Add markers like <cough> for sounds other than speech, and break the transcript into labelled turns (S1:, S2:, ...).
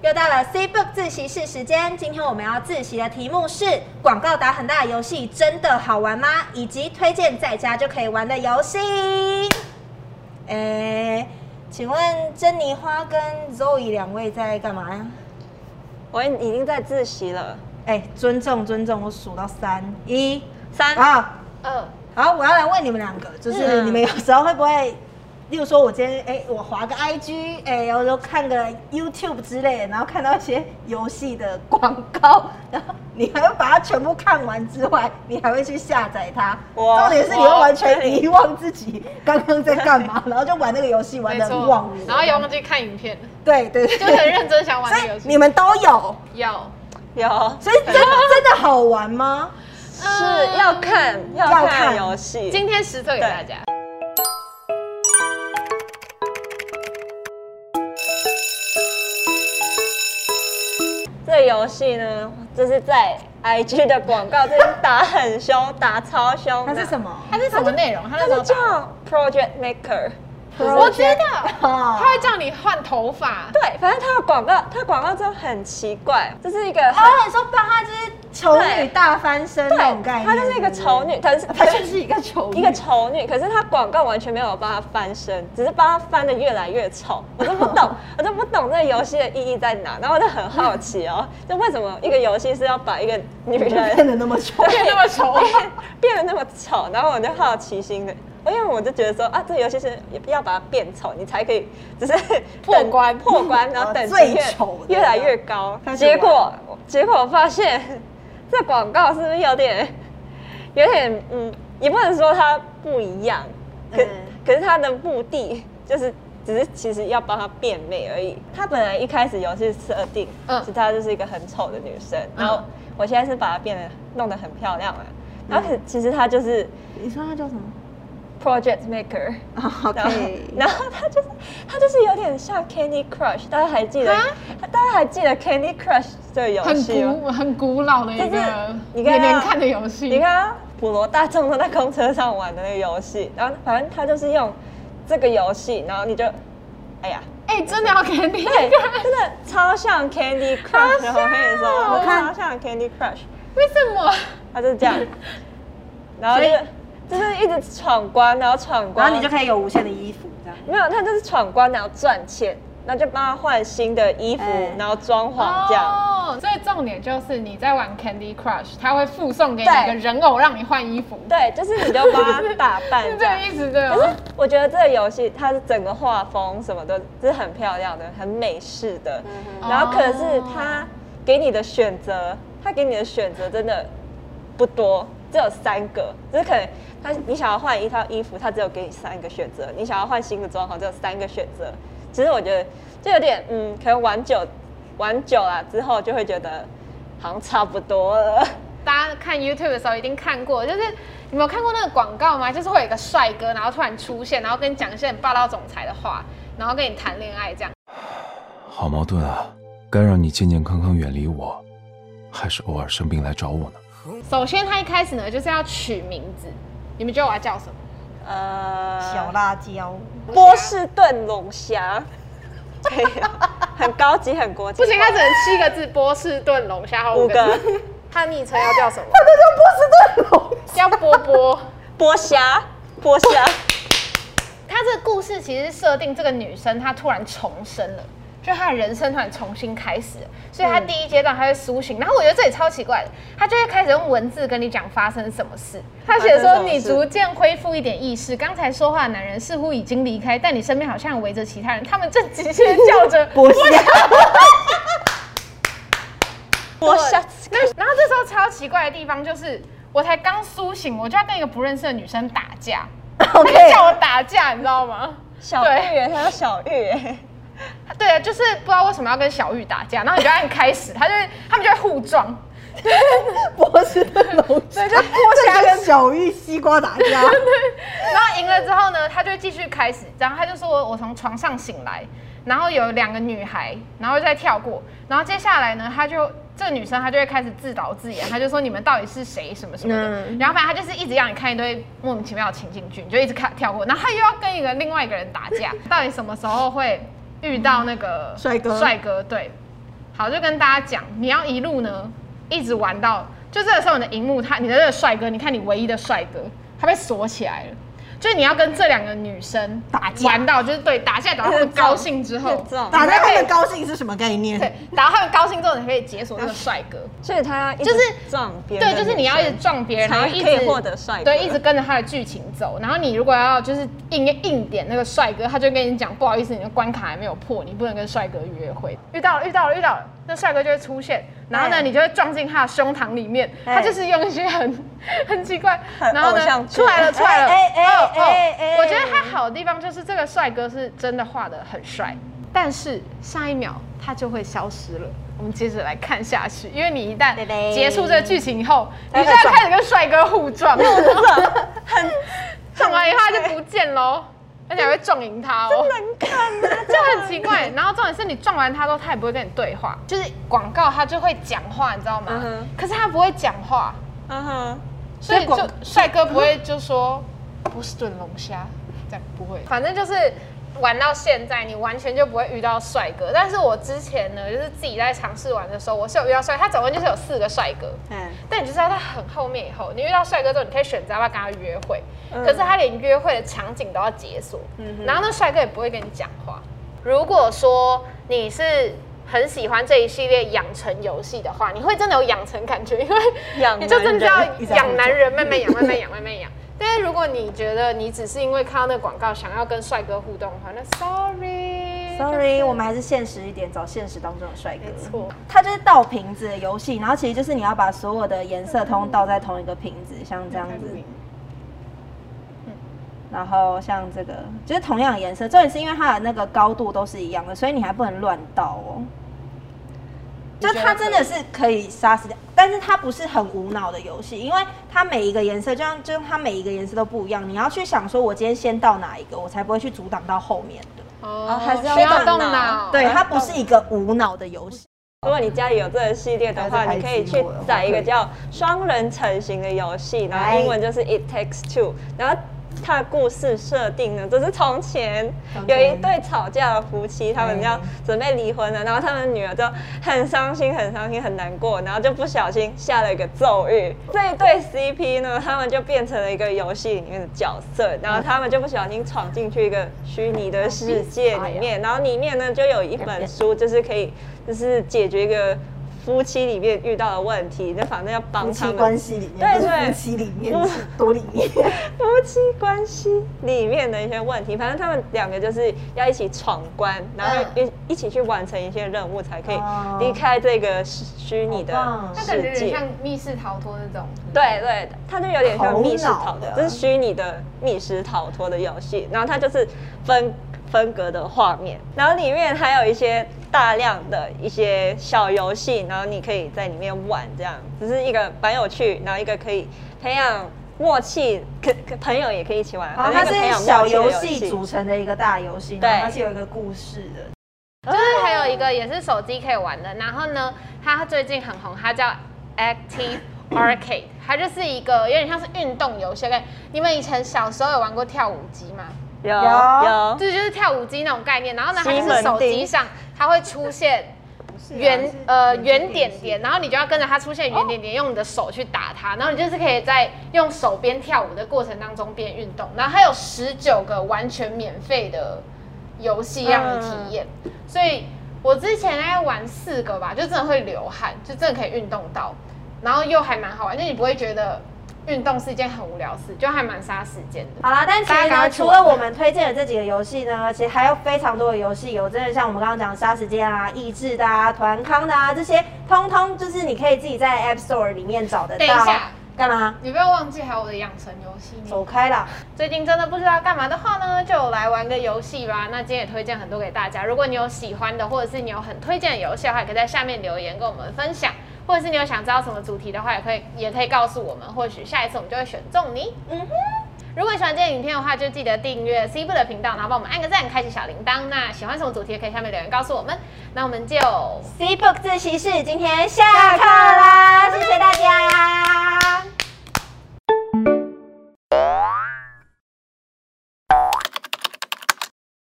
S1: 到了 C Book 自习室时间，今天我们要自习的题目是广告打很大的游戏真的好玩吗？以及推荐在家就可以玩的游戏。诶、请问珍妮花跟 Zoe 两位在干嘛呀？
S2: 我已经在自习了。
S1: 哎、尊重尊重，我数到三一
S2: 三
S1: 啊，
S2: 二，
S1: 好，我要来问你们两个，就是
S2: 嗯
S1: 你们有时候会不会，例如说，我今天哎、我划个 IG，哎、然后就看个 YouTube 之类的，然后看到一些游戏的广告，然后你还会把它全部看完之外，你还会去下载它。
S2: 我
S1: 重点是你会完全遗忘自己刚刚在干嘛，然后就玩那个游戏玩
S3: <laughs> 没
S1: 的
S3: 错
S1: 忘我。
S3: 然后也忘记看影片， <laughs>
S1: 对对对，
S3: 就很认真想玩
S1: 所
S3: 那个游
S1: 以
S2: <laughs>
S3: 戏。
S1: 你们都有，
S3: 要
S2: 有
S1: 所以真的真的好玩吗？
S2: 是要看要
S1: 要看
S2: 看游戏，
S3: 今天实测给大家。
S2: 这个游戏呢，就是在 IG 的广告这边打很凶，打超凶
S1: 它
S2: 的。
S1: 是什么？
S3: 它是什么内容？
S2: 它
S3: 它那时候
S2: 就
S3: 打
S2: 叫 Project Maker。
S3: 我知道
S1: Project- 哦
S3: <laughs> 它会叫你换头发，
S2: 对，反正它的广告，它的广告真的很奇怪，这是一个很
S1: 哦，你说帮他就是丑女大翻身那种概
S2: 对，
S1: 念，
S2: 她就是一个
S1: <laughs>
S2: 丑女，可
S1: 对
S2: 是
S1: 不对，她就是一个丑女，
S2: 一个丑女，可是她广告完全没有帮她翻身，只是帮她翻的越来
S1: <laughs>
S2: 越丑，我都不懂，我都不懂这个游戏的意义在哪，然后我就很好奇哦，就为什么一个游戏是要把一个女
S1: <laughs>
S2: 人
S1: 变得那么丑。
S3: 变那么丑，
S2: <laughs> 变得那么丑，然后我就好奇心的，因为我就觉得说啊，这个游戏是要把它变丑，你才可以，只是
S3: 破
S1: <laughs>
S2: 等
S3: 关
S2: 破关，然后等级
S1: 哦最
S2: 越
S1: 丑的
S2: 越来越高
S1: 开。始玩
S2: 结果结果我发现这广告是不是有点有点嗯，也不能说它不一样，可、
S1: 嗯
S2: 可是它的目的就是。只是其实要帮她变美而已。她本来一开始游戏设定，
S3: 嗯
S2: 嗯，是她就是一个很丑的女生，然后
S3: 嗯
S2: 我现在是把它变得弄得很漂亮了。然后可其实它就是
S1: <laughs> 你说她叫什
S2: <laughs>
S1: 么
S2: Project Maker，
S1: 哦
S2: 然后
S1: ？OK，
S2: 然后它就是它就是有点像 Candy Crush，大家还记得
S3: 啊？
S2: 大家还记得 Candy Crush 这个游
S3: 很
S2: 戏吗？
S3: 古很古老欸的
S2: 就
S3: 一个
S2: 是
S3: 每
S2: 你看啊
S3: 年看的游戏。
S2: 你看啊普罗大众都在公车上玩的那个游戏，然后反正它就是用这个游戏，然后你就，哎
S3: <laughs>
S2: 呀，
S3: 哎，真的要给你一
S2: 对，
S3: 个？
S2: 真的超像 Candy Crush，
S3: 好像哦
S2: 我跟你说，
S3: 我
S1: 看
S2: 超像 Candy Crush。
S3: <laughs> 为什么？
S2: 他就是
S1: <laughs>
S2: 这样，然后就
S1: 所以
S2: 就是一直闯关，然后闯关，
S1: 然后你就可以有无限的衣服这样。
S2: 没有，他就是闯关，然后赚钱，然后就帮他换新的衣服，
S1: 哎
S2: 然后装潢这样。
S3: 哦，所以重点就是你在玩 Candy Crush，它会附送给你一个
S2: 对
S3: 人偶让你换衣服，
S2: 对，就是你就帮他打扮
S3: 是
S2: 这
S3: 这
S1: <laughs>
S2: 样
S3: 个。意思对
S2: 可
S3: 啊
S2: 是
S3: 吗？
S2: 哎我觉得这个游戏它是整个画风什么的，就是很漂亮的，很美式的。哦然后可是它给你的选择，它给你的选择真的不多，只有三个。就是可能它你想要换一套衣服，它只有给你三个选择；你想要换新的装潢，只有三个选择。其实我觉得就有点嗯，可能玩久玩久了之后就会觉得好像差不多了。
S3: 大家看 YouTube 的时候一定看过，就是你们有看过那个广告吗？就是会有一个帅哥，然后突然出现，然后跟你讲一些很霸道总裁的话，然后跟你谈恋爱这样。
S4: 好矛盾啊！该让你健健康康远离我，还是偶尔生病来找我呢？
S3: 首先他一开始呢就是要取名字，你们觉得我要叫什么？
S2: 呃，
S1: 小辣椒，
S2: 波士顿龙虾，对，很高级，很国际
S3: 不。行，他只能七个字：波士顿龙虾和五
S2: 五
S3: 个
S2: 个
S3: 字。 <laughs> 他昵称要叫什么？ <laughs> 他就叫波士顿龙，叫波波。
S2: 波虾，波 <laughs> 虾，
S3: 他这个故事其实设定这个女生她突然重生了，就她的人生突然重新开始了，所以她第一阶段她会苏醒，然后我觉得这里超奇怪的，她就会开始用文字跟你讲发生什么事。她写
S2: 发
S3: 说
S2: 生什么
S3: 你
S2: 事
S3: 逐渐恢复一点意识，刚才说话的男人似乎已经离开，但你身边好像围着其他人，他们正急切地叫着
S1: 不是
S2: 波虾。
S3: 那然后这时候超奇怪的地方就是，我才刚苏醒，我就要跟一个不认识的女生打架，
S1: <laughs> OK，
S3: 叫我打架，你知道吗？
S2: 小玉耶，他叫小玉耶，
S3: 对啊，就是不知道为什么要跟小玉打架，然后你就按开始，他就会他们就会互撞，
S1: 波士顿龙虾，
S3: 对就剥虾
S1: 这跟小玉西瓜打架，
S3: 然后赢了之后呢，他就会继续开始，然后他就说我我从床上醒来，然后有两个女孩，然后再跳过，然后接下来呢，他就这个女生她就会开始自导自演，她就说你们到底是谁什么什么的，
S1: 嗯
S3: 然后反正她就是一直让你看一堆莫名其妙的情景剧，你就一直看跳过，然后她又要跟一个另外一个人打架，到底什么时候会遇到那个
S1: 帅哥
S3: 帅哥对。好，就跟大家讲，你要一路呢一直玩到，就这个时候你的荧幕他你的那个帅哥，你看你唯一的帅哥，他被锁起来了。就是你要跟这两个女生
S1: 打架
S3: 玩到，就是对打架打到他们高兴之后
S2: 是，这种，
S1: 打在他们高兴是什么概念？
S3: 对，打到他们高兴之后，你可以解锁这个帅哥。
S2: 所以他一直
S3: 就是
S2: 撞别人的
S3: 对，
S2: 女生，
S3: 就是你要一直撞别人，然后
S2: 才
S3: 一
S2: 可以
S3: 直
S2: 获得帅哥，
S3: 对，一直跟着他的剧情走。然后你如果要就是硬硬点那个帅哥，他就跟你讲不好意思，你的关卡还没有破，你不能跟帅哥约会。遇到了，遇到了，遇到了，那帅哥就会出现，然后呢，
S1: 哎
S3: 你就会撞进他的胸膛里面。
S1: 哎
S3: 他就是用一些很很奇怪，
S2: 很
S3: 然后
S2: 偶
S3: 呢
S2: 像，剧
S3: 出来了，出来了。
S1: 哎哎
S3: 哦哦
S1: 哎哎
S3: 我觉得他好的地方就是这个帅哥是真的画的很帅，但是下一秒他就会消失了。我们接着来看下去，因为你一旦
S1: 拜拜
S3: 结束这个剧情以后，你
S1: 哎
S3: 就要开始跟帅哥互撞， <laughs>
S2: <laughs>
S3: 撞完以后他就不见喽，而且还会撞赢他哦，真难看、就很奇怪。然后重点是你撞完他之后，他也不会跟你对话，就是广告他就会讲话，你知道吗？
S2: 嗯哼
S3: 可是他不会讲话，
S2: 嗯哼，
S3: 所以
S1: 所以广
S3: 就帅哥不会就说不是炖龙虾，这样不会。反正就是玩到现在，你完全就不会遇到帅哥。但是我之前呢，就是自己在尝试玩的时候，我是有遇到帅，他总共就是有四个帅哥。
S2: 哎
S1: 嗯，
S3: 但你就知道他很后面以后，你遇到帅哥之后，你可以选择要不要跟他约会。可是他连约会的场景都要解锁，然后那帅哥也不会跟你讲话。如果说你是很喜欢这一系列养成游戏的话，你会真的有养成感觉，因为
S2: 养
S3: 你就真的
S2: 男
S3: 要
S2: 人
S1: 一直在
S3: 养
S1: 互
S3: 男
S1: 撞
S3: 人，慢慢养，慢慢养，慢慢养。但是如果你觉得你只是因为看到那个广告想要跟帅哥互动的话，那 sorry
S1: Sorry，我们还是现实一点，找现实当中的帅哥。
S3: 没错，
S1: 它就是倒瓶子的游戏，然后其实就是你要把所有的颜色通倒在同一个瓶子，像这样子。嗯然后像这个，就是同样的颜色，重点是因为它的那个高度都是一样的，所以你还不能乱倒哦。就它真的是可以杀死掉，但是它不是很无脑的游戏，因为它每一个颜色，就像就像它每一个颜色都不一样，你要去想说，我今天先到哪一个，我才不会去阻挡到后面的。
S3: 哦
S2: 还是要
S3: 需要
S2: 动
S3: 动脑，
S2: 脑
S1: 对，它不是一个无脑的游戏。
S2: 如果你家里有这个系列的话，你可以去载一个叫双人成型的游戏，然后英文就是 It Takes Two，然后。它的故事设定呢，就是从前有一对吵架的夫妻，他们
S1: 嗯
S2: 要准备离婚了，然后他们女儿就很伤心、很伤心、很难过，然后就不小心下了一个咒语。这一对 CP 呢，他们就变成了一个游戏里面的角色，然后他们就不小心闯进去一个虚拟的世界里
S1: 哎
S2: 面，然后里面呢就有一本书，就是可以就是解决一个夫妻里面遇到的问题，那反正要帮
S1: 夫
S2: 他
S1: 妻
S2: 们
S1: 关系里面，
S2: 对
S1: 不是
S2: 对
S1: 夫妻里面 <laughs> 是多里面。
S2: 夫妻关系里面的一些问题，反正他们两个就是要一起闯关，然后一一起去完成一些任务，才可以
S1: 嗯哦
S2: 离开这个虚虚拟的
S1: 好棒
S3: 那感
S2: 世
S3: 觉有点
S2: 界
S3: 像。密室逃脱那种。
S2: 对对，它就有点像密室逃
S1: 头脑
S2: 脱
S1: 的，啊
S2: 这是虚拟的密室逃脱的游戏。然后它就是分分隔的画面，然后里面还有一些大量的一些小游戏，然后你可以在里面玩，这样只是一个蛮有趣，然后一个可以培养默契，可可朋友也可以一起玩，
S1: 哦，
S2: 反正
S1: 它
S2: 一个培养
S1: 是
S2: 默
S1: 小
S2: 契的
S1: 游戏组成的一个大游戏，
S2: 对
S1: 然后它是有一个故事的。
S3: 就是还有一个也是手机可以玩的，然后呢，它最近很红，它叫 Active Arcade，它就是一个有点像是运动游戏的概念。你们以前小时候有玩过跳舞机吗？
S2: 有
S1: 有
S2: 有
S3: 这就是跳舞机那种概念。然后呢，它
S2: 哦西
S3: 就
S2: 门
S3: 是手机
S2: 町
S3: 上它会出现
S1: 啊
S3: 圆呃圆点哦点，然后你就要跟着它出现圆点点，用你的手去打它，然后你就是可以在用手边跳舞的过程当中边运动。然后它有十九个完全免费的游戏让你体验，所以我之前大概玩四个吧，就真的会流汗，就真的可以运动到，然后又还蛮好玩，就你不会觉得运动是一件很无聊的事，就还蛮杀时间的。
S1: 好啦，但其
S3: 大
S1: 实
S3: 家赶快
S1: 呢，
S3: 去
S1: 除
S3: 玩
S1: 了我们推荐的这几个游戏呢，其实还有非常多的游戏，有真的像我们刚刚讲的杀时间啊、益智的啊、团康的啊，这些通通就是你可以自己在 App Store 里面找得
S3: 等一
S1: 到
S3: 下。
S1: 干嘛？
S3: 你不要忘记还有我的养成游戏呢。
S1: 走开啦！
S3: 最近真的不知道干嘛的话呢，就来玩个游戏吧。那今天也推荐很多给大家，如果你有喜欢的，或者是你有很推荐的游戏的话，也可以在下面留言跟我们分享。或者是你有想知道什么主题的话，也可以也可以告诉我们，或许下一次我们就会选中你。嗯哼。如果你喜欢今天的影片的话，就记得订阅 C 部的频道，然后帮我们按个赞，开启小铃铛。那喜欢什么主题，也可以下面留言告诉我们。那我们就
S1: C Book 自习室今天下课啦，谢谢大家。